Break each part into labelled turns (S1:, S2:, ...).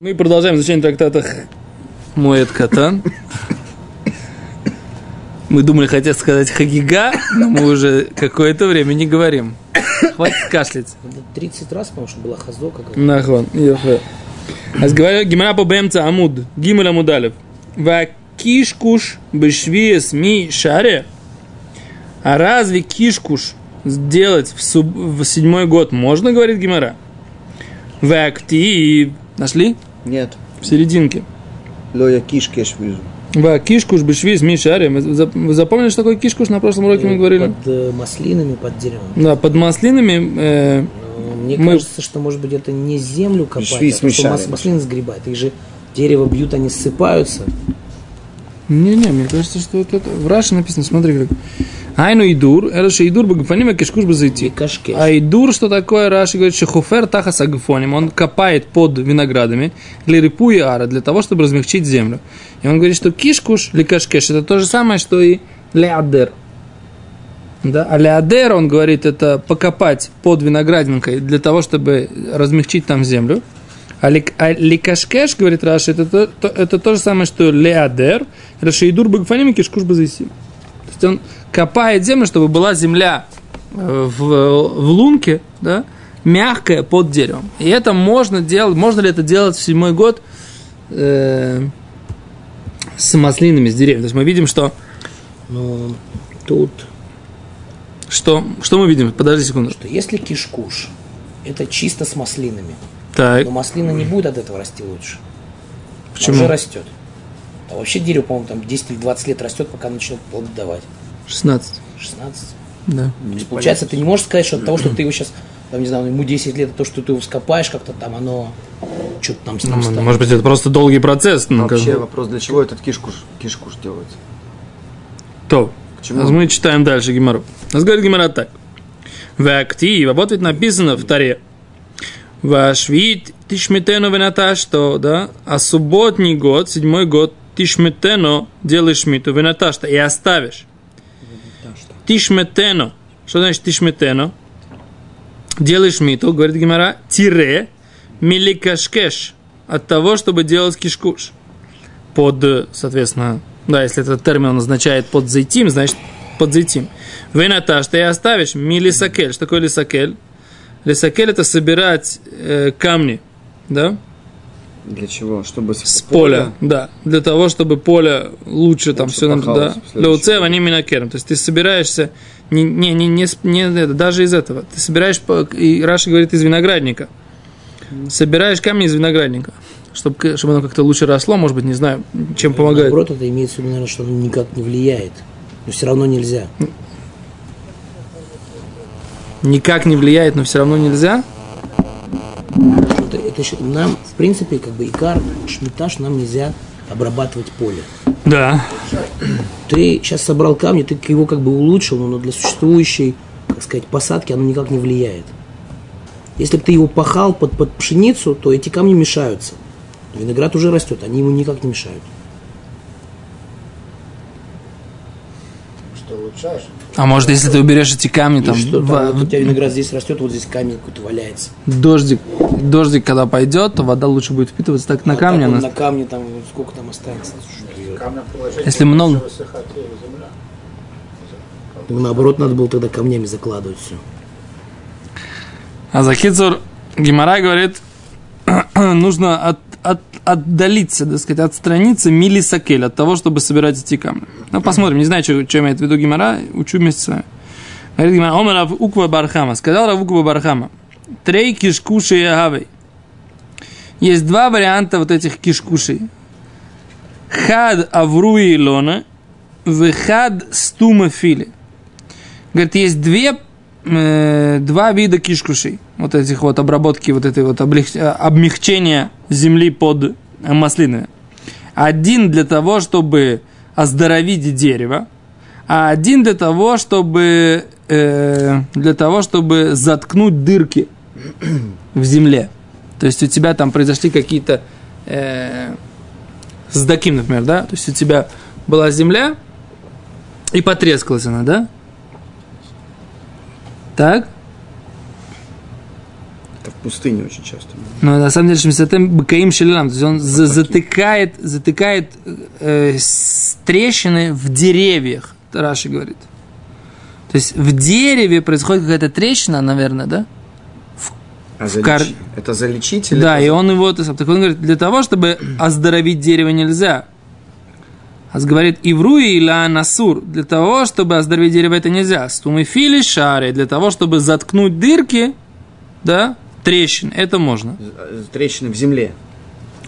S1: Мы продолжаем изучение трактата Моет Катан. Мы думали, хотят сказать Хагига, но мы уже какое-то время не говорим. Хватит кашлять.
S2: Надо 30 Ну, раз, потому что была хазо какая-то.
S1: Нахон. Йофе. А говорю, Гимара по Бемца Амуд. Гимель Амудалев. Ва кишкуш бешвиес ми шаре. А разве кишкуш сделать в, суб- в седьмой год можно, говорит Гимара? Ва актив. Нашли?
S3: Нет.
S1: В серединке.
S3: Лёя кишкеш вижу.
S1: Да, кишкуш, бешвиз, мишари. Мы за- вы запомнили, что такое кишкуш? На прошлом уроке мы говорили.
S2: Под э, маслинами, под деревом.
S1: Да, под маслинами. э,
S2: Но Мне
S1: Мы-
S2: кажется, что, может быть, это не землю копать,
S3: Швейц
S2: а то, что
S3: мешали.
S2: мас- маслины сгребают. Их же дерево бьют, они ссыпаются.
S1: Не-не, мне кажется, что вот это... В Раше написано, смотри как. Айну идур, эрэши идур, богофонима кишкуш бы
S2: И
S1: зайти.
S2: кашкеш.
S1: А идур, что такое, Раши говорит, шехуфер тахас агфоним, он копает под виноградами лирипу и ара, для того, чтобы размягчить землю. И он говорит, что кишкуш, ликашкеш, это то же самое, что и леадер. Да? А леадер, он говорит, это покопать под виноградинкой для того, чтобы размягчить там землю. А, лик- а ликашкеш, говорит Раши, это то, то- это то же самое, что леадер. Рашиидур багфаним и кишкуш базиси. То есть он копает землю, чтобы была земля э, в, в лунке, да, мягкая под деревом. И это можно делать, можно ли это делать в седьмой год э, с маслинами, с деревьев. То есть мы видим, что,
S2: Но тут,
S1: что, что мы видим. Подожди секунду.
S2: что если кишкуш, это чисто с маслинами.
S1: Так,
S2: Но маслина не будет от этого расти лучше. Она
S1: почему?
S2: уже растет. А вообще дерево, по-моему, там 10 или 20 лет растет, пока начнет плод давать.
S1: 16.
S2: 16.
S1: Да.
S3: Типа,
S2: То есть, получается, ты не можешь сказать, что от того, что ты его сейчас, там, не знаю, ему 10 лет, а то, что ты его вскопаешь как-то там, оно что-то там с ним
S1: Ну,
S2: станет.
S1: может быть, это просто долгий процесс. Ну, как
S3: Вообще
S1: бы.
S3: вопрос, для чего этот кишкуш, кишкуш делается?
S1: То.
S3: К
S1: А
S3: чему?
S1: мы читаем дальше Гимару. Нас говорит Гимара так. В актив, а вот ведь написано в Таре. Ваш вид тишметену вената, что, да? А субботний год, седьмой год, тишметену делаешь миту вената, что и оставишь. Тишметену. Что значит тишметену? Делаешь миту, говорит Гимара, тире миликашкеш от того, чтобы делать кишкуш под, э, соответственно, да, если этот термин он означает под зайтим, значит под зайтим. Вы, Наташ, ты и оставишь милисакель. Что такое лисакель? Лисакель это собирать э, камни, да,
S3: Для чего? Чтобы с,
S1: с поля, да, для того, чтобы поле лучше там
S3: Лучше
S1: все,
S3: пахалось
S1: да,
S3: в следующем
S1: леуцев, они минакером. То есть ты собираешься, не, не, не, не, с- не это, даже из этого, ты собираешь, по- и Раша говорит, из виноградника. Собираешь камни из виноградника, чтобы, чтобы оно как-то лучше росло, может быть, не знаю, чем помогает.
S2: Наоборот, это имеется в виду, наверное, что оно никак не влияет. Но все равно нельзя.
S1: никак не влияет, но все равно нельзя.
S2: Это, это ещё- нам, в принципе, как бы икар, шмитаж, нам нельзя обрабатывать поле.
S1: Да.
S2: Ты сейчас собрал камни, ты его как бы улучшил, но оно для существующей, как сказать, посадки оно никак не влияет. Если бы ты его пахал под, под пшеницу, то эти камни мешаются. Виноград уже растет, они ему никак не мешают.
S4: Что улучшаешь?
S1: А может, если ты уберешь эти камни,
S2: И
S1: там,
S2: что там?
S1: во-
S2: Вот у тебя виноград здесь растет, вот здесь камень какой-то валяется.
S1: дождик, дождик, когда пойдет, то вода лучше будет впитываться. Так на
S2: А
S1: камне
S2: так он
S1: она...
S2: На камне там вот сколько там останется. Слушай,
S4: Камня положить,
S1: Если много-
S4: больше высыхать э, земля.
S2: ну, наоборот, надо было тогда камнями закладывать все.
S1: А за Кицур Гимара говорит, нужно от, от, отдалиться, так сказать, отстраниться милисакель от того, чтобы собирать эти камни. Ну, посмотрим, не знаю, что, имеет в виду Гимара, учу вместе с вами. Говорит Гимара, «Омар Рав Уква Бархама, сказал Рав Уква Бархама, трей кишкуши и агавей». Есть два варианта вот этих кишкушей. Хад Авруи Илона, выхад Стума Фили. Говорит, есть две, э, два вида кишкушей. Вот этих вот обработки, вот этой вот облег- э, обмягчения земли под э, маслинами. Один для того, чтобы оздоровить дерево, а один для того, чтобы э, для того, чтобы заткнуть дырки в земле. То есть у тебя там произошли какие-то э, с таким, например, да? То есть у тебя была земля и потрескалась она, да? Так?
S3: Это в пустыне очень часто.
S1: Но на самом деле Шмисатем Бакаим Шелилам, то есть он за- затыкает, затыкает э, с- трещины в деревьях, Раши говорит. То есть в дереве происходит какая-то трещина, наверное, да?
S3: А залечи-
S1: кар-
S3: Это залечитель?
S1: да, и он его, то есть, так он говорит, для того, чтобы оздоровить дерево нельзя. А говорит, Ивруи или Анасур, для того, чтобы оздоровить дерево, это нельзя. Стумифили шары, для того, чтобы заткнуть дырки, да, трещин, это можно.
S3: э, Трещины в земле.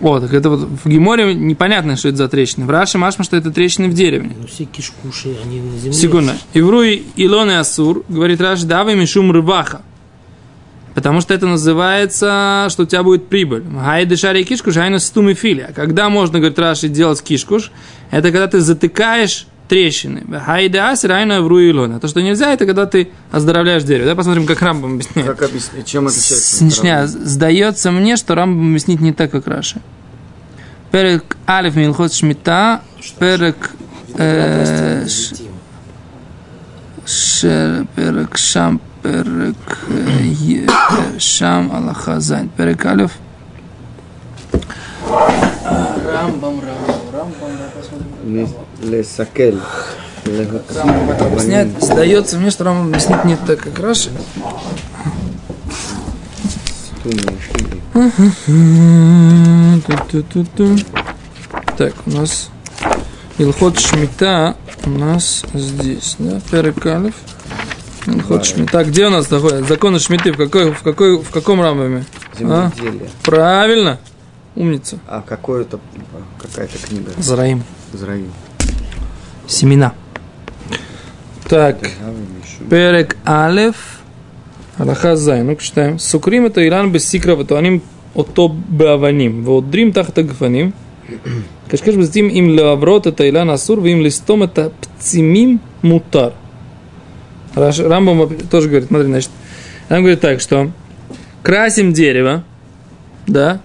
S1: О, так это вот в Гиморе непонятно, что это за трещины. В Раши Машма, что это трещины в деревне.
S2: Ну, все кишкуши, они на земле.
S1: Секунда. Ивруи Илон и Асур, говорит Раши, давай мишум рыбаха. Потому что это называется, что у тебя будет прибыль. Гайды шари кишкуш, гайна стуми фили. А когда можно, говорит Раши, делать кишкуш, это когда ты затыкаешь трещины. Гайды асер, айна вруи илона. А То, что нельзя, это когда ты оздоровляешь дерево. Давай посмотрим, как Рамбам объясняет.
S3: Как объяснить, чем отличается?
S1: Снишня, сдается мне, что Рамбам объяснить не так, как Раши. Перек Алиф Милхот Шмита, Перек э, ш- Шер, Перек Шам, Перек э, Е- э, Шам Аллахазайн, Перек Алиф.
S3: Лесакель.
S1: Объясняет, сдается мне, что Рамбам объяснить не так, как Раши. Ту-ту-ту-ту. Так, у нас Илхот Шмита у нас здесь, да, Перекалев. Илхот Шмита. Где у нас такой? Законы Шмиты в, какой, в, какой, в каком рамбаме? А?
S3: Земледелие.
S1: Правильно. Умница.
S3: А, какое-то, какая-то книга.
S1: Зраим.
S3: Израиль.
S1: Семена. Так. Перек Алеф. Аллаха Зай. Ну-ка читаем. Сукрим это Иран без сикра ватуаним ото баваним. Водрим тахта гафаним. Кашкаш без тим им лаврот это Иран Асур, вы им листом это пцимим мутар. Раш- Рамбам оп- тоже говорит, смотри, значит, Рамбам говорит так, что красим дерево, да,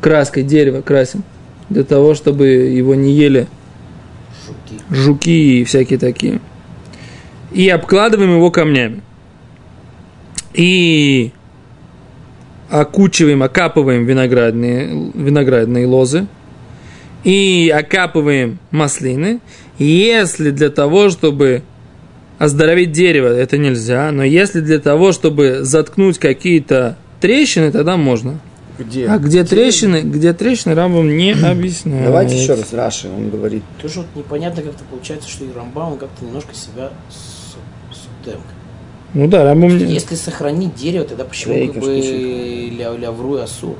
S1: краской дерево красим, для того, чтобы его не ели
S2: Шутки.
S1: жуки и всякие такие. И обкладываем его камнями. И окучиваем, окапываем виноградные, виноградные лозы. И окапываем маслины. Если для того, чтобы оздоровить дерево, это нельзя. Но если для того, чтобы заткнуть какие-то трещины, тогда можно.
S3: Где?
S1: А где трещины, где трещины, Рамбам не объясняет.
S3: Давайте еще раз. Раши, он говорит.
S2: Тоже вот непонятно как-то получается, что и Рамбам как-то немножко себя с, с темп.
S1: Ну да, Рамбам не...
S2: Если сохранить дерево, тогда почему
S3: Рейка,
S2: как
S3: что
S2: бы
S3: еще?
S2: ля- лявру и осу?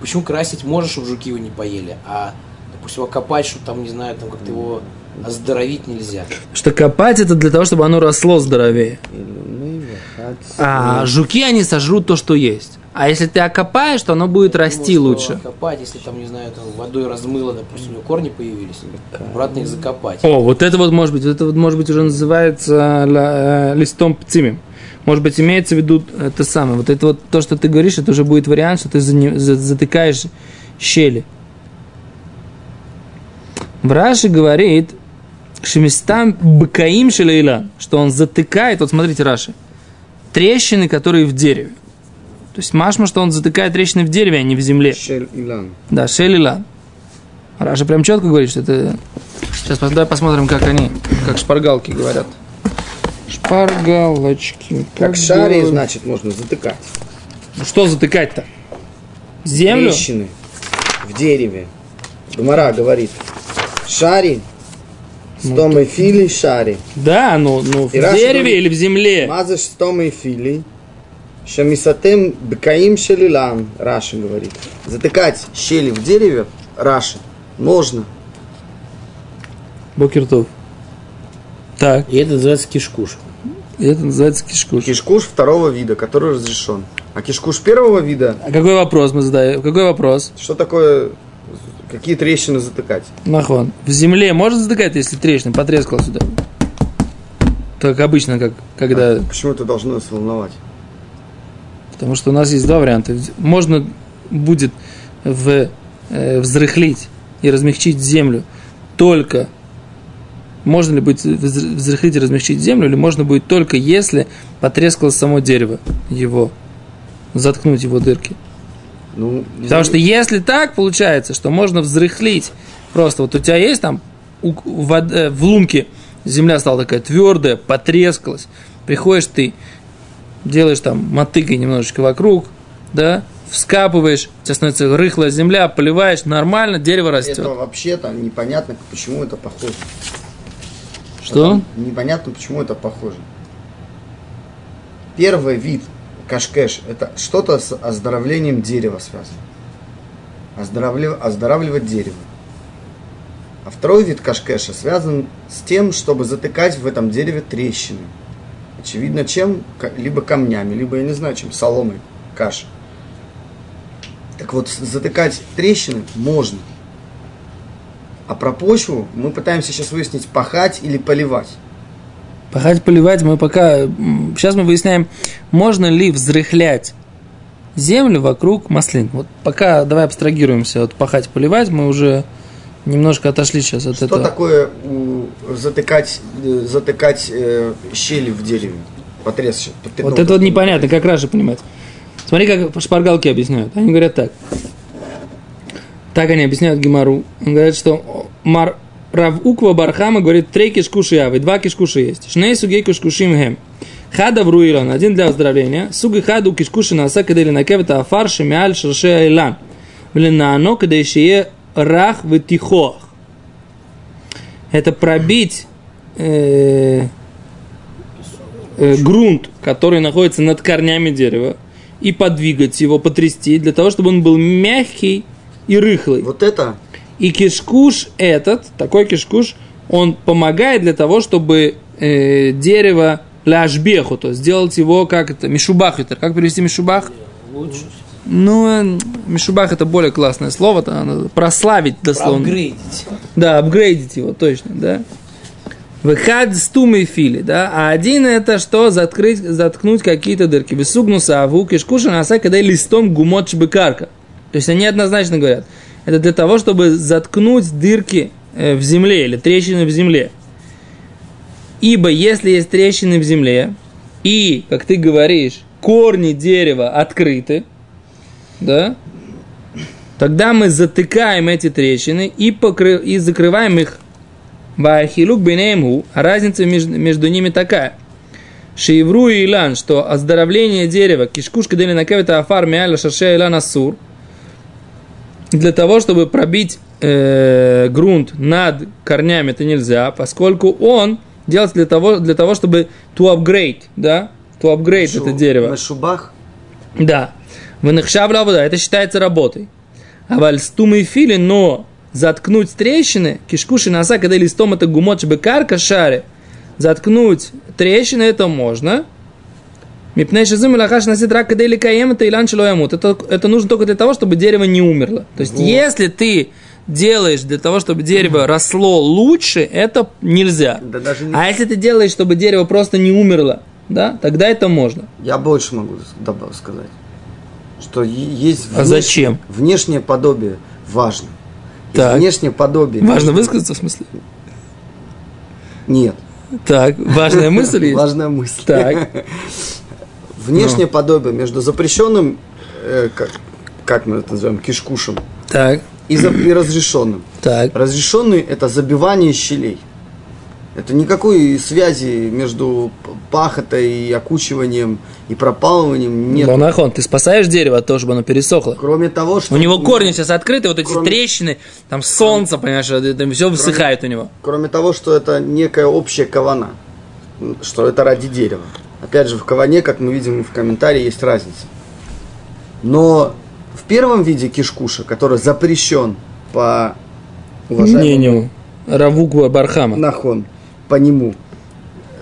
S2: Почему красить можешь, чтобы жуки его не поели, а, допустим, окопать, чтобы там, не знаю, там как-то его оздоровить нельзя?
S1: Что копать это для того, чтобы оно росло здоровее. А жуки, они сожрут то, что есть. А если ты окопаешь, то оно будет расти
S2: Думаю, что
S1: лучше.
S2: Окопать, если там, не знаю, там водой размыло, допустим, у него корни появились, обратно их закопать.
S1: О, вот это вот может быть, вот это вот может быть уже называется ла- э, листом птимим. Может быть, имеется в виду это самое. Вот это вот то, что ты говоришь, это уже будет вариант, что ты за не- за- затыкаешь щели. В Раши говорит, Шемистам быкаим шелейла, что он затыкает, вот смотрите, Раши, трещины, которые в дереве. То есть машма, что он затыкает трещины в дереве, а не в земле.
S3: Шель Илан.
S1: Да, Шелила. Раша прям четко говорит, что это... Сейчас пос- давай посмотрим, как они, как шпаргалки говорят. Шпаргалочки.
S3: Как шари,
S1: делают?
S3: значит, можно затыкать.
S1: Ну Что затыкать-то? Землю?
S3: Трещины в дереве. Гмара говорит. Шари. Стомы фили шари.
S1: Да, ну, ну в
S3: И Раша
S1: дереве
S3: говорит,
S1: или в земле.
S3: Мазаш стомы фили. Шамисатем бкаим шелилан. Раши говорит. Затыкать щели в дереве, Раши, можно.
S1: Бокертов. Так,
S2: И это называется кишкуш.
S1: и это называется кишкуш.
S3: Кишкуш второго вида, который разрешен. А кишкуш первого вида,
S1: А какой вопрос мы задаем? Какой вопрос?
S3: что такое, какие трещины затыкать?
S1: Нахон. В земле можно затыкать, если трещина потрескала сюда? Так обычно, как когда...
S3: Почему это должно нас волновать?
S1: Потому что у нас есть два варианта. Можно будет в, э, взрыхлить и размягчить землю только... Можно ли будет взр- взрыхлить и размягчить землю, или можно будет только если потрескалось само дерево его заткнуть его дырки.
S3: Ну,
S1: Потому что если так получается, что можно взрыхлить, просто вот у тебя есть там у- у вод- э, в лунке земля стала такая твердая, потрескалась, приходишь ты, делаешь там мотыгой немножечко вокруг, да, вскапываешь, у тебя становится рыхлая земля, поливаешь, нормально, дерево растет.
S3: это вообще там непонятно, почему это похоже.
S1: Что?
S3: Непонятно, почему это похоже. Первый вид кашкеш – это что-то с оздоровлением дерева связано. Оздоравли- Оздоравливать дерево. А второй вид кашкеша связан с тем, чтобы затыкать в этом дереве трещины. Очевидно, чем? Ка- Либо камнями, либо, я не знаю, чем, соломой, кашей. Так вот, с- затыкать трещины можно. А про почву мы пытаемся сейчас выяснить, пахать или поливать.
S1: Пахать, поливать мы пока... м, Сейчас мы выясняем, можно ли взрыхлять землю вокруг маслин. Вот пока давай абстрагируемся от пахать, поливать. Мы уже немножко отошли сейчас от
S3: Что
S1: этого.
S3: такое у, затыкать, э, затыкать э, щели в дереве? Потряс.
S1: Вот это вот непонятно, как Раши понимать. Смотри, как по шпаргалке объясняют. Они говорят так. Так они объясняют Гимару. Он говорит, что Мар Равуква Бархама говорит, три кишкуши авы, два кишкуши есть. Шней сугей кишкушим гем. Хада в руилан, один для оздоровления. Суги хаду кишкуши на асака дели на кевета афар шемиаль шерше айлан. Блин, на оно, когда еще рах в тихох. Это пробить э, э, грунт, который находится над корнями дерева, и подвигать его, потрясти, для того, чтобы он был мягкий и рыхлый.
S3: Вот это
S1: И кишкуш этот, такой кишкуш, он помогает для того, чтобы э, дерево ляжбеху, то есть сделать его как это, мишубах это. Как перевести мишубах?
S2: Лучше.
S1: Ну, э, мишубах это более классное слово, то надо прославить дословно.
S2: Проапгрейдить.
S1: Да, апгрейдить его, точно, да. Выхад с тумой фили, да. А один это что? Заткрыть, заткнуть какие-то дырки. Высугнуса, а вук и шкуша когда листом гумот шбекарка. То есть они однозначно говорят. Это для того, чтобы заткнуть дырки э, в земле или трещины в земле. Ибо если есть трещины в земле, и, как ты говоришь, корни дерева открыты, да, тогда мы затыкаем эти трещины и, покры- и закрываем их. Ваахилук бенеймгу, а разница меж- между, ними такая. Шиевру и Илан, что оздоровление дерева, кишкушка дели накавита афар мяля шарше Илан асур, для того, чтобы пробить э, грунт над корнями, это нельзя, поскольку он делается для того, для того чтобы to upgrade, да, to upgrade это дерево.
S3: На шубах.
S1: Да. Вынахшав лавуда, это считается работой. А вальстум и фили, но заткнуть трещины, кишкуши носа, когда листом это гумот бекарка шаре, заткнуть трещины это можно. Мипнейши зум лахаш носит рак, когда или каем, это илан ему. Это, это нужно только для того, чтобы дерево не умерло. То есть, если ты делаешь для того, чтобы дерево росло лучше, это нельзя.
S3: Да даже не-
S1: А если ты делаешь, чтобы дерево просто не умерло, да, тогда это можно.
S3: Я больше могу с- добав- сказать, что е- есть.
S1: А зачем?
S3: Внешнее подобие важно. Есть
S1: Так.
S3: Внешнее подобие.
S1: Важно высказаться, в смысле?
S3: Нет.
S1: Так, важная мысль есть?
S3: Важная мысль.
S1: Так, Ну.
S3: Внешнее подобие между запрещенным, э, как, как мы это называем, кишкушем,
S1: так,
S3: и, за- и разрешенным.
S1: так.
S3: Разрешенный – это забивание щелей. Это никакой связи между п- пахотой и окучиванием и пропалыванием нет.
S1: Монахон, ты спасаешь дерево от того, чтобы оно пересохло?
S3: Кроме того, что...
S1: У него корни сейчас открыты, вот эти
S3: Кроме-
S1: трещины, там солнце, понимаешь, все высыхает у него.
S3: Кроме того, что это некая общая кавана, м, что это ради дерева. Опять же, в каване, как мы видим в комментарии, есть разница. Но в первом виде кишкуша, который запрещен по уважаемому
S1: Мнению Равуква Бархама.
S3: нахон по нему.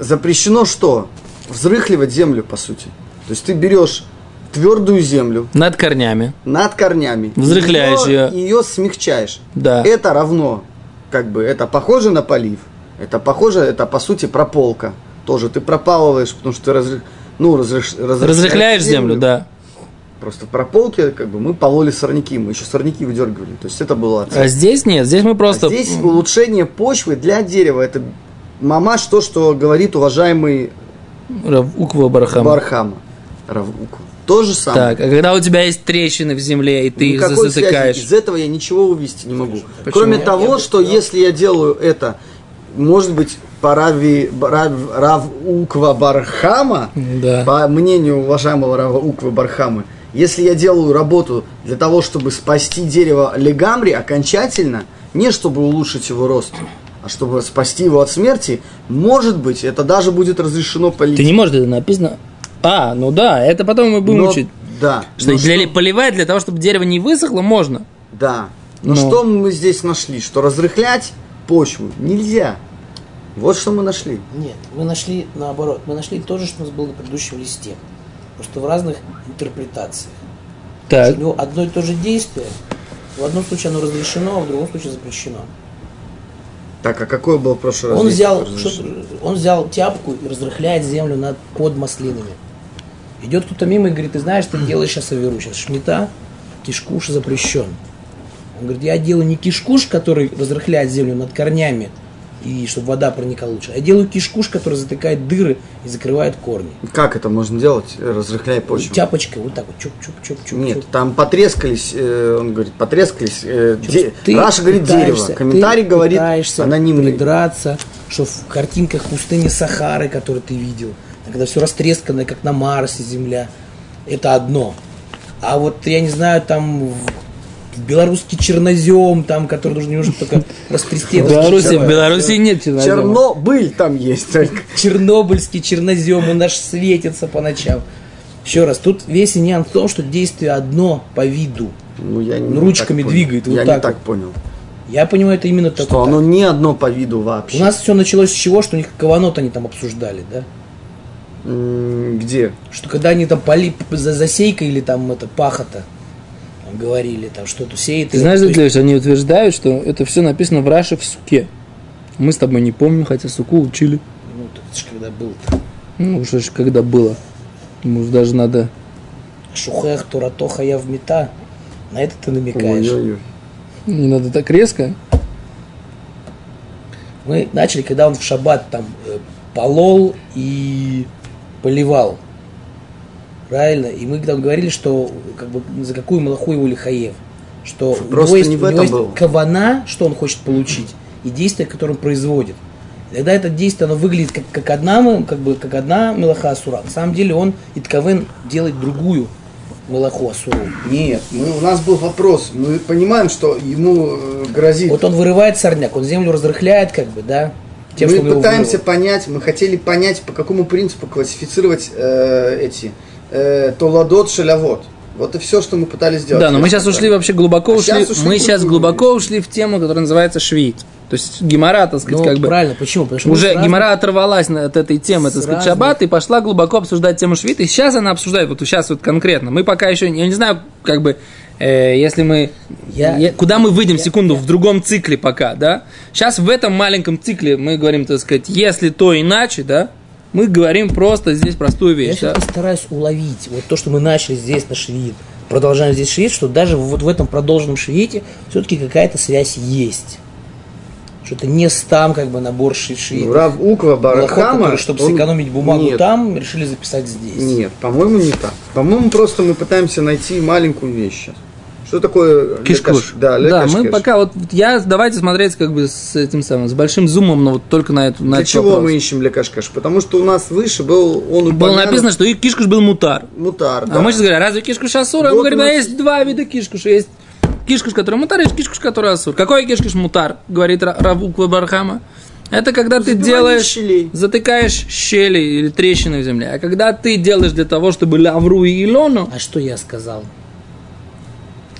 S3: Запрещено что? Взрыхливать землю, по сути. То есть ты берешь твердую землю
S1: Над корнями.
S3: над корнями.
S1: Взрыхляешь
S3: ее.
S1: её.
S3: Ее смягчаешь.
S1: Да.
S3: Это равно, как бы, это похоже на полив. Это похоже, это по сути прополка. Тоже ты пропалываешь, потому что ты разры- ну, разреш-
S1: Разрыхляешь землю, да.
S3: Просто в прополке, как бы, мы пололи сорняки, мы еще сорняки выдергивали. То есть это было...
S1: А здесь нет, здесь мы просто...
S3: А Здесь улучшение почвы для дерева. Это мамаш то, что говорит уважаемый
S1: Равуква Бархама.
S3: Бархама. Равуку. То же самое.
S1: Так, а когда у тебя есть трещины в земле, и ты их
S3: Никакой связи
S1: засыкаешь.
S3: Из этого я ничего увести не могу.
S1: Почему?
S3: Кроме
S1: Я- я
S3: того, что если я делаю это, может быть, по Рави, Рав, Рав Уква Бархама,
S1: Да.
S3: по мнению уважаемого Рава Уква Бархамы, если я делаю работу для того, чтобы спасти дерево Легамри окончательно, не чтобы улучшить его рост, а чтобы спасти его от смерти, может быть, это даже будет разрешено
S1: Ты
S3: политикой.
S1: не можешь, это написано. А, ну да, это потом мы будем
S3: Но-
S1: учить.
S3: Да.
S1: Ну Что
S3: но
S1: для, поливать для того, чтобы дерево не высохло, можно.
S3: Да. Но,
S2: Ну.
S1: Но.
S3: что мы здесь нашли? Что разрыхлять почву нельзя. Вот что мы нашли.
S2: Нет, мы нашли наоборот. Мы нашли то же, что у нас было на предыдущем листе. Просто в разных интерпретациях.
S1: Так.
S2: У него одно и то же действие. В одном случае оно разрешено, а в другом случае запрещено.
S3: Так, а какое было в прошлый раз?
S2: Он
S3: действие
S2: взял,
S3: разрешено?
S2: что-то- он взял тяпку и разрыхляет землю над, под маслинами. Идет кто-то мимо и говорит, ты знаешь, ты делаешь сейчас аверу, сейчас шмита, кишкуш запрещен. Он говорит, я делаю не кишкуш, который разрыхляет землю над корнями, и чтобы вода проникала лучше, а я делаю кишкуш, который затыкает дыры и закрывает корни.
S3: Как это можно делать? э, Разрыхляя почву.
S2: Тяпочкой вот так вот, чук-чук-чук-чук.
S3: Нет, там потрескались, э, он говорит, потрескались. э, де-
S2: Ты
S3: Раша говорит дерево.
S2: пытаешься-
S3: Комментарий
S2: ты
S3: говорит
S2: пытаешься
S3: анонимный.
S2: придраться, что в картинках пустыни Сахары, которые ты видел, когда все растресканное, как на Марсе земля, это одно. А вот, я не знаю, там в- в белорусский чернозем, там, который нужно немножко только растрясти.
S1: В Беларуси, в Беларуси нет чернозема.
S3: Чернобыль там есть только.
S2: Чернобыльский чернозем, он аж светится по ночам. Еще раз, тут весь нюанс в том, что действие одно по виду.
S3: Ну, я не
S2: Ну, ручками
S3: так понял.
S2: двигает, вот
S3: Я не
S2: так
S3: так
S2: вот.
S3: понял.
S2: Я понимаю, это именно так.
S3: Что оно не одно по виду вообще.
S2: У нас все началось с чего, что у них каванот они там обсуждали, да?
S3: М, Где?
S2: Что когда они там поли п- за засейка или там это пахота там говорили, там что-то сеет.
S1: Ты
S2: или
S1: знаешь,
S2: кто-
S1: Леш, они утверждают, что это все написано в Раше в суке. Мы с тобой не помним, хотя суку учили.
S2: Ну, так это ж когда был то
S1: Ну, уже ж когда было. Может, даже надо...
S2: Шухех, Турато, Хаяв, Мета. На это ты намекаешь.
S3: Ой-ой-ой.
S1: Не надо так резко.
S2: Мы начали, когда он в шаббат там э, полол и поливал. Правильно? И мы там говорили, что как бы за какую малаху его Лихаев. Что у
S3: Просто
S2: него есть,
S3: не в
S2: у него
S3: этом
S2: есть
S3: был.
S2: кавана, что он хочет получить, и действие, которое он производит. Тогда это действие, оно выглядит как, как одна, м- как бы, как одна мелаха асура. На самом деле он Итковен делает другую мелаху асуру.
S3: Нет, мы, у нас был вопрос. Мы понимаем, что ему э, грозит.
S2: Вот он вырывает сорняк, он землю разрыхляет, как бы, да? тем, что он
S3: мы
S2: его
S3: пытаемся
S2: вырвал.
S3: понять, мы хотели понять, по какому принципу классифицировать э, эти э, толадот, шалявот. Вот и все, что мы пытались сделать.
S1: Да, но мы сейчас ушли вообще глубоко
S3: А
S1: ушли.
S3: щас ушли
S1: мы
S3: в
S1: сейчас
S3: другую
S1: глубоко ушли в тему, которая называется шви. То есть Гемора, так сказать,
S2: Ну,
S1: как бы.
S2: правильно, почему? Потому что мы
S1: Уже
S2: сразу-
S1: Гемора оторвалась на- от этой темы, так
S2: С
S1: сказать,
S2: разных-
S1: шаббат, и пошла глубоко обсуждать тему швид. И сейчас она обсуждает, вот сейчас вот конкретно. Мы пока еще, я не знаю, как бы, э, если мы...
S2: Я-
S1: я- куда мы выйдем, секунду, в другом цикле пока, да? Сейчас в этом маленьком цикле мы говорим, так сказать, если то иначе, да? Мы говорим просто здесь простую
S2: Я
S1: вещь, да?
S2: сейчас постараюсь уловить вот то, что мы начали здесь на швид, продолжаем здесь швид, что даже вот в этом продолженном швите все-таки какая-то связь есть. Что это не стам как бы набор швид.
S3: Ну, Рав
S1: а
S3: Уква Барахама...
S2: чтобы
S3: он-
S2: сэкономить бумагу
S3: нет,
S2: там, решили записать здесь.
S3: Нет, по-моему, не так. По-моему, просто мы пытаемся найти маленькую вещь сейчас. Что такое...
S1: Кишкуш.
S3: лекаш-
S1: да,
S3: Да, лекаш-
S1: мы
S3: кеш.
S1: пока вот я давайте смотреть как бы с этим самым с большим зумом, но вот только на эту на
S3: Для
S1: этот
S3: чего
S1: вопрос.
S3: мы ищем лекашкаш? Потому что у нас выше был... Он
S1: Было
S3: упомянут
S1: написано, что и кишкуш был мутар.
S3: Мутар,
S1: А
S3: да.
S1: мы сейчас говорим, разве кишкуш асур? А мы
S3: Вот
S1: говорим,
S3: у
S1: а
S3: нас-
S1: есть два вида кишкуша. Есть кишкуш, который мутар, есть кишкуш, который асур. Какой кишкуш мутар, говорит Ра- Равук Вабархама? Это когда ты
S3: Забивание
S1: делаешь,
S3: щелей.
S1: затыкаешь щели или трещины в земле. А когда ты делаешь для того, чтобы лавру и илону,
S2: А что я сказал?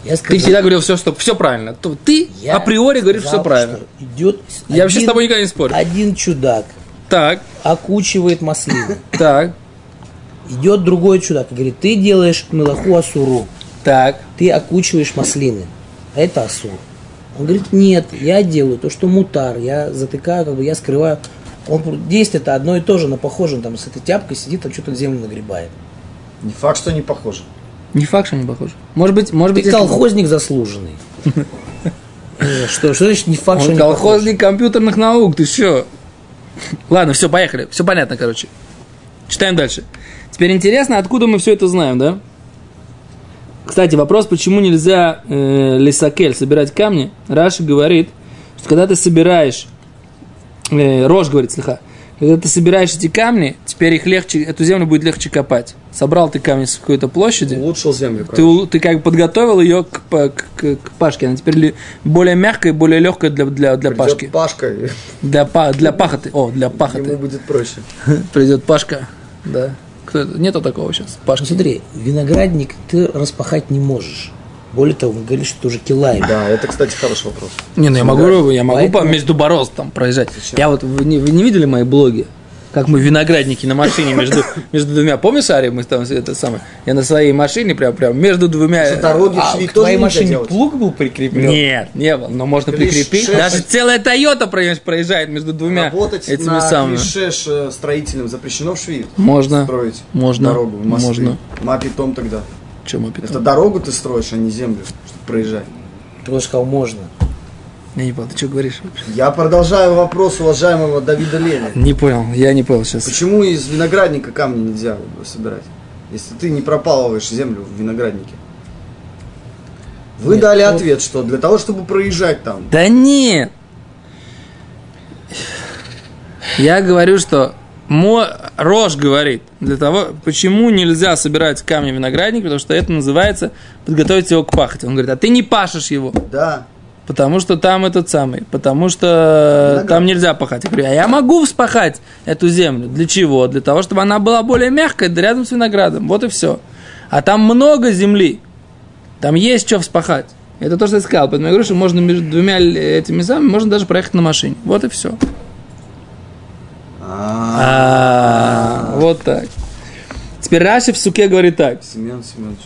S2: Я сказал,
S1: ты всегда говорил все, что все правильно. То Ты
S2: я
S1: априори говоришь все
S2: сказал,
S1: правильно.
S2: что Идет
S1: Я вообще с тобой никогда не спорю.
S2: Один чудак
S1: Так,
S2: окучивает маслины.
S1: так,
S2: Идет другой чудак и говорит, ты делаешь мелаху асуру.
S1: так.
S2: ты окучиваешь маслины. А это асур. Он говорит, нет, я делаю то, что мутар, я затыкаю, как бы я скрываю. Он про- действие-то одно и то же, но похоже, он там с этой тяпкой сидит, там что-то в землю нагребает.
S3: Не факт, что не похоже.
S1: Не факт, что они похожи. Может быть, может
S2: Ты
S1: быть, если-
S2: колхозник заслуженный. Э, Что, что значит не факт, что
S1: Он
S2: не похож?
S1: колхозник компьютерных наук, ты что? Ладно, все, поехали. Все понятно, короче. Читаем дальше. Теперь интересно, откуда мы все это знаем, да? Кстати, вопрос, почему нельзя э, лесакель собирать камни? Раши говорит, что когда ты собираешь, э, Рож говорит слегка, когда ты собираешь эти камни, теперь их легче, эту землю будет легче копать. Собрал ты камни с какой-то площади,
S3: Улучшил землю.
S1: ты, у- ты как бы подготовил ее к, па- к- к- к пашке. Она теперь ли- более мягкая и более легкая для, для, для пашки. А
S3: Пашка,
S1: Для, па- для пахоты. О, для
S3: ему
S1: пахоты.
S3: будет проще.
S1: Придет Пашка. Да. Кто это? Нету такого сейчас.
S2: Ну,
S1: Пашка.
S2: смотри, виноградник ты распахать не можешь. Более того, вы говорили, что ты уже килаем.
S3: Да, это, кстати, хороший вопрос.
S1: Не, ну я могу, я могу по
S2: Поэтому-
S1: между борозд там проезжать. Я вот, вы не, вы не видели мои блоги? Как мы виноградники на машине между, между двумя. Помнишь, Ари, мы там все это самое? Я на своей машине прям, прям между двумя.
S3: Что, дороги
S2: А
S3: в
S2: к
S3: Швейк тоже
S2: твоей
S3: нельзя
S2: машине
S3: делать?
S2: плуг был прикреплен?
S1: Нет, не было, но можно
S3: Криш-
S1: прикрепить.
S3: шеф-
S1: Даже целая Тойота проезж- проезжает между двумя
S3: Работать
S1: этими
S3: на
S1: самыми.
S3: Кришеш, э, строителям запрещено в Швейк?
S1: Можно.
S3: Строить
S1: Можно.
S3: дорогу в мосты.
S1: Можно.
S3: Мапи том тогда.
S1: Чем опять?
S3: Это дорогу ты строишь, а не землю, чтобы проезжать.
S2: Ты уже сказал, можно.
S1: Я не понял, ты что говоришь?
S3: Я продолжаю вопрос уважаемого Давида Лени.
S1: Не понял, я не понял сейчас.
S3: Почему из виноградника камни нельзя собирать? Если ты не пропалываешь землю в винограднике. Вы дали ответ, что для того, чтобы проезжать там.
S1: Да нет! Я говорю, что Мо... Рож говорит для того, почему нельзя собирать камни в виноградник, потому что это называется подготовить его к пахоте. Он говорит, а ты не пашешь его,
S3: Да.
S1: потому что там этот самый, потому что э,
S3: Виноград.
S1: там нельзя пахать. Я говорю, а я могу вспахать эту землю. Для чего? Для того, чтобы она была более мягкая да рядом с виноградом. Вот и все. А там много земли. Там есть что вспахать. Это то, что я сказал. Поэтому я говорю, что можно между двумя л- этими самыми, можно даже проехать на машине. Вот и все.
S3: А,
S1: А, Вот так. Теперь Раши в суке говорит так.
S3: Семен Семенович.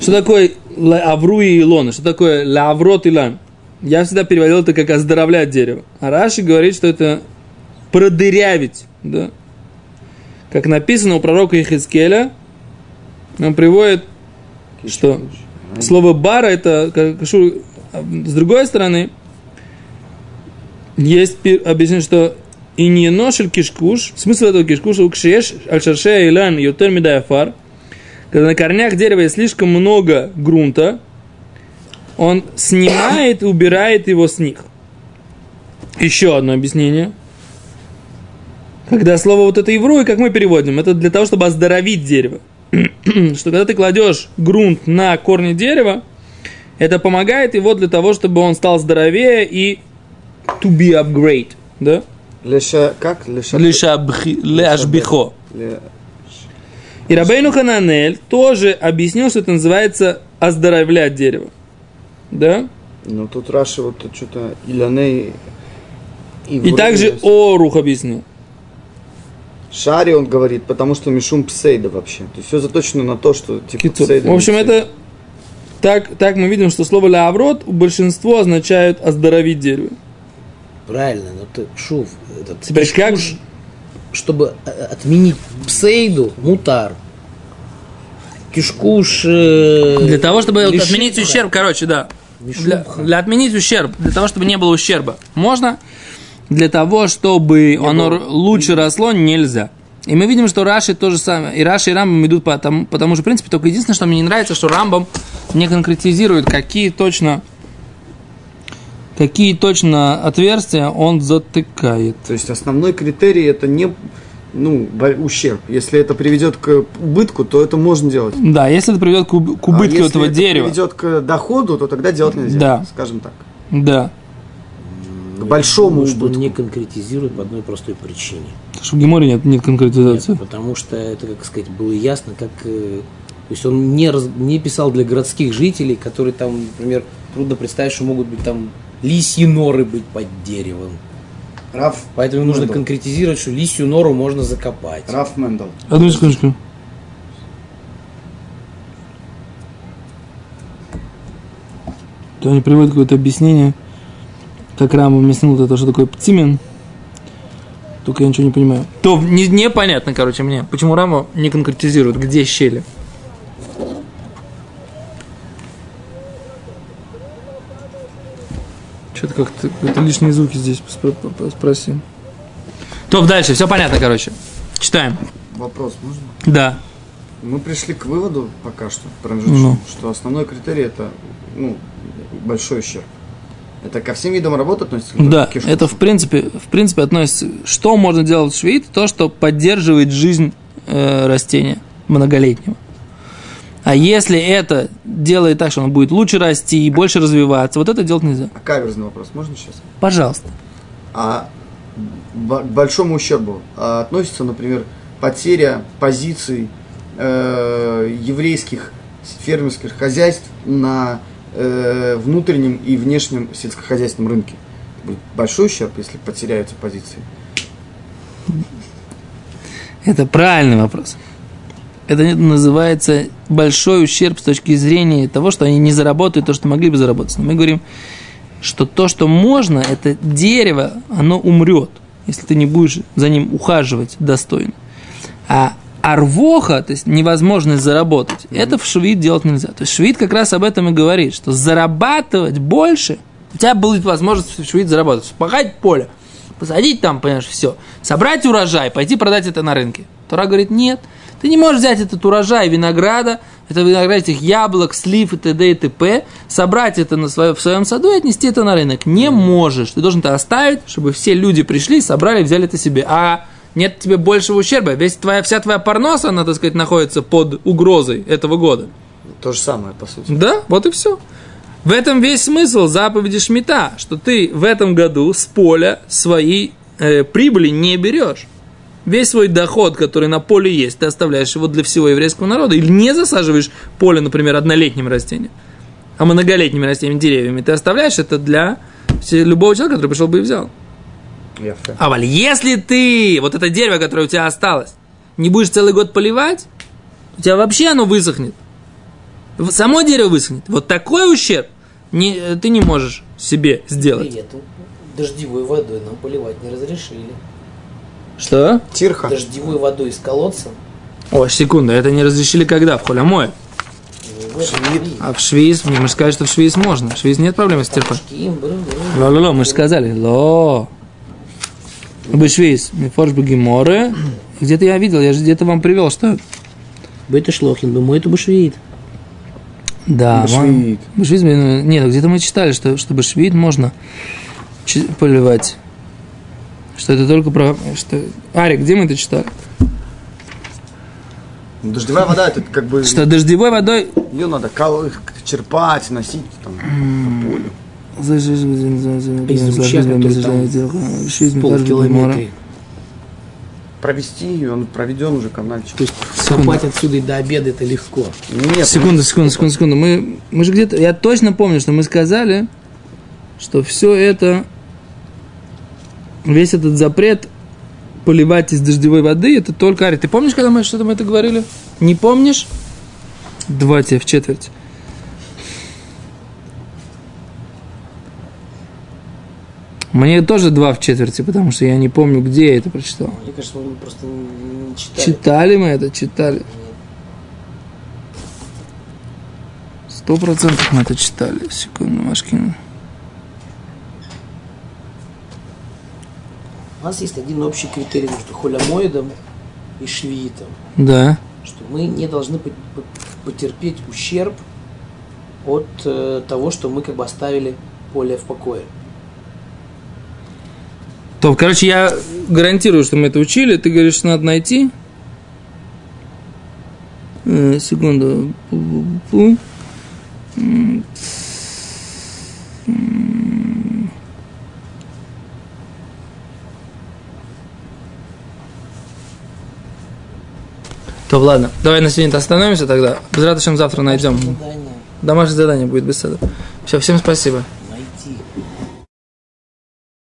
S1: Что такое ла- авру и илона? Что такое лаврот и лам? Я всегда переводил это как оздоровлять дерево. А Раши говорит, что это продырявить, да? Как написано у пророка Ихискеля, он приводит, что слово бара это как- кашу- а, с другой стороны, есть пи- объяснение, что и не ношель кишкуш, смысл этого кишкуша укшеш, альшарше илан ютер медаяфар, когда на корнях дерева есть слишком много грунта, он снимает и убирает его с них. Еще одно объяснение. Когда слово вот это евру, и как мы переводим, это для того, чтобы оздоровить дерево. Что когда ты кладешь грунт на корни дерева, это помогает его для того, чтобы он стал здоровее и to be upgrade. Да?
S3: Леша, как? Леша.
S1: Лишабхи- ляшбихо.
S3: Ле-
S1: И Рабейну Хананель тоже объяснил, что это называется оздоровлять дерево. Да?
S3: Ну тут Раши вот тут что-то Иляней и,
S1: И
S3: вроде
S1: также
S3: есть.
S1: Орух объяснил.
S3: Шари он говорит, потому что Мишум Псейда вообще. То есть все заточено на то, что типа
S1: Кицур.
S3: псейда,
S1: В общем,
S3: не
S1: это так, так мы видим, что слово лаврот у большинства означает оздоровить дерево.
S2: Правильно, но ты шув. Этот,
S1: Теперь как же?
S2: чтобы э, отменить псейду, мутар. Кишкуш. э,
S1: Для того, чтобы
S2: лиши-
S1: отменить ущерб, короче, да. Для,
S2: Мишуха.
S1: для отменить ущерб, для того, чтобы не было ущерба. Можно? Для того, чтобы оно р- лучше росло, нельзя. И мы видим, что Раши то же самое. И Раши, и Рамбам идут по тому, по тому же принципу. Только единственное, что мне не нравится, что Рамбам не конкретизирует, какие точно, какие точно отверстия он затыкает.
S3: То есть основной критерий это не ну, бо- ущерб. Если это приведет к убытку, то это можно делать.
S1: Да, если это приведет к, уб- к
S3: А
S1: убытку
S3: если
S1: этого
S3: это
S1: дерева.
S3: приведет к доходу, то тогда делать нельзя.
S1: Да.
S3: Скажем так.
S1: Да.
S3: К большому
S2: Потому что
S3: убытку.
S2: Ну, не конкретизирует по одной простой причине.
S5: Потому что в Геморе нет, нет конкретизации.
S2: Нет, потому что это, как сказать, было ясно, как... э, То есть он не, раз- не писал для городских жителей, которые там, например, трудно представить, что могут быть там лисьи норы быть под деревом.
S3: Раф,
S2: Поэтому им нужно
S3: Мендел.
S2: конкретизировать, что лисью нору можно закопать.
S3: Раф Мендел.
S5: Одну секундочку. То они приводят какое-то объяснение, как Рам объяснил вот это, что такое птимен. Только я ничего не понимаю.
S1: То не- непонятно, короче, мне, почему Рама не конкретизирует, где щели.
S5: Что-то как-то какие-то лишние звуки здесь спро- по- спросил.
S1: То дальше, все понятно, короче. Читаем.
S3: Вопрос можно?
S1: Да.
S3: Мы пришли к выводу пока что,
S1: Ну.
S3: промежуточному, что основной критерий это ну, большой ущерб. Это ко всем видам работы относится? или
S1: Да,
S3: только к кишку?
S1: это в принципе, в принципе относится. Что можно делать в швид? То, что поддерживает жизнь э, растения многолетнего. А если это делает так, что оно будет лучше расти и больше развиваться, вот это делать нельзя.
S3: А каверзный вопрос можно сейчас?
S1: Пожалуйста.
S3: А бо- к большому ущербу а, относится, например, потеря позиций э, еврейских фермерских хозяйств на э, внутреннем и внешнем сельскохозяйственном рынке. Будет большой ущерб, если потеряются позиции.
S1: Это правильный вопрос. Это называется большой ущерб с точки зрения того, что они не заработают то, что могли бы заработать. Но мы говорим, что то, что можно, это дерево, оно умрет, если ты не будешь за ним ухаживать достойно. А арвоха, то есть невозможность заработать, это в швид делать нельзя. То есть швид как раз об этом и говорит, что зарабатывать больше, у тебя будет возможность в швид заработать, вспахать поле, посадить там, понимаешь, все, собрать урожай, пойти продать это на рынке. Тора говорит, нет, ты не можешь взять этот урожай винограда, это виноград этих яблок, слив и т.д. и т.п., собрать это на свое, в своем саду и отнести это на рынок. Не можешь. Ты должен это оставить, чтобы все люди пришли, собрали, взяли это себе. А нет тебе большего ущерба. Весь твоя, вся твоя парноса, она, так сказать, находится под угрозой этого года.
S3: То же самое, по сути.
S1: Да, вот и все. В этом весь смысл заповеди Шмита, что ты в этом году с поля свои э, прибыли не берешь. Весь свой доход, который на поле есть, ты оставляешь его для всего еврейского народа. Или не засаживаешь поле, например, однолетним растением, а многолетними растениями, деревьями. Ты оставляешь это для все- любого человека, который пришел бы и взял.
S3: Я в кайф.
S1: А, Валь, если ты вот это дерево, которое у тебя осталось, не будешь целый год поливать, у тебя вообще оно высохнет. В- Само дерево высохнет. Вот такой ущерб не- э, ты не можешь себе сделать.
S2: Привет. Дождевой водой нам поливать не разрешили.
S1: Что?
S3: Тирха.
S2: Дождевой водой из колодца.
S1: О, секунду, это не разрешили когда? В Холямой.
S2: ну, в этом мире.
S1: А в Швейц, мы же сказали, что в Швейц можно. В Швейц нет проблемы с терпой.
S2: Пушки, бру, бру.
S1: Ло-ло-ло, мы же сказали. Ло. Бешвейс, Мифорж Бегеморы. Где-то я видел, я же где-то вам привел, что...
S2: Бета Шлохин, думаю, это бушвеит.
S1: Да, вон-
S3: Башвиит.
S1: Бушвиц, блин, нет, где-то мы читали, что, что бушвит можно чи- поливать. Что это только про... Что... Арик, где мы это читали?
S3: Ну, Дождевая вода, это как бы...
S1: Что дождевой водой...
S3: Ее надо кол- черпать, носить там.
S2: Полкилометра.
S3: Провести ее, он проведен уже канальчик.
S2: То есть копать отсюда и до обеда это легко.
S3: Нет,
S1: Секунду, секунду, секунду, секунду. Мы, мы же где-то... Я точно помню, что мы сказали, что все это... Весь этот запрет поливать из дождевой воды, это только Ари. Ты помнишь, когда мы что-то мы это говорили? Не помнишь? Два тебе в четверть. Мне тоже два в четверти, потому что я не помню, где я это прочитал.
S2: Мне кажется, мы просто не читали.
S1: Читали мы это, читали. Сто процентов мы это читали. Секунду, Машкин.
S2: У нас есть один общий критерий между холямоидом и швиитом,
S1: Да.
S2: что мы не должны пот- пот- потерпеть ущерб от э, того, что мы как бы оставили поле в покое.
S1: То, короче, я гарантирую, что мы это учили. Ты говоришь, что надо найти. Э, секунду. Пу-пу-пу. М, м. То ладно, давай на сегодня остановимся тогда. Без завтра найдем.
S2: Да, нет.
S1: Домашнее задание будет без сада. Все, всем спасибо.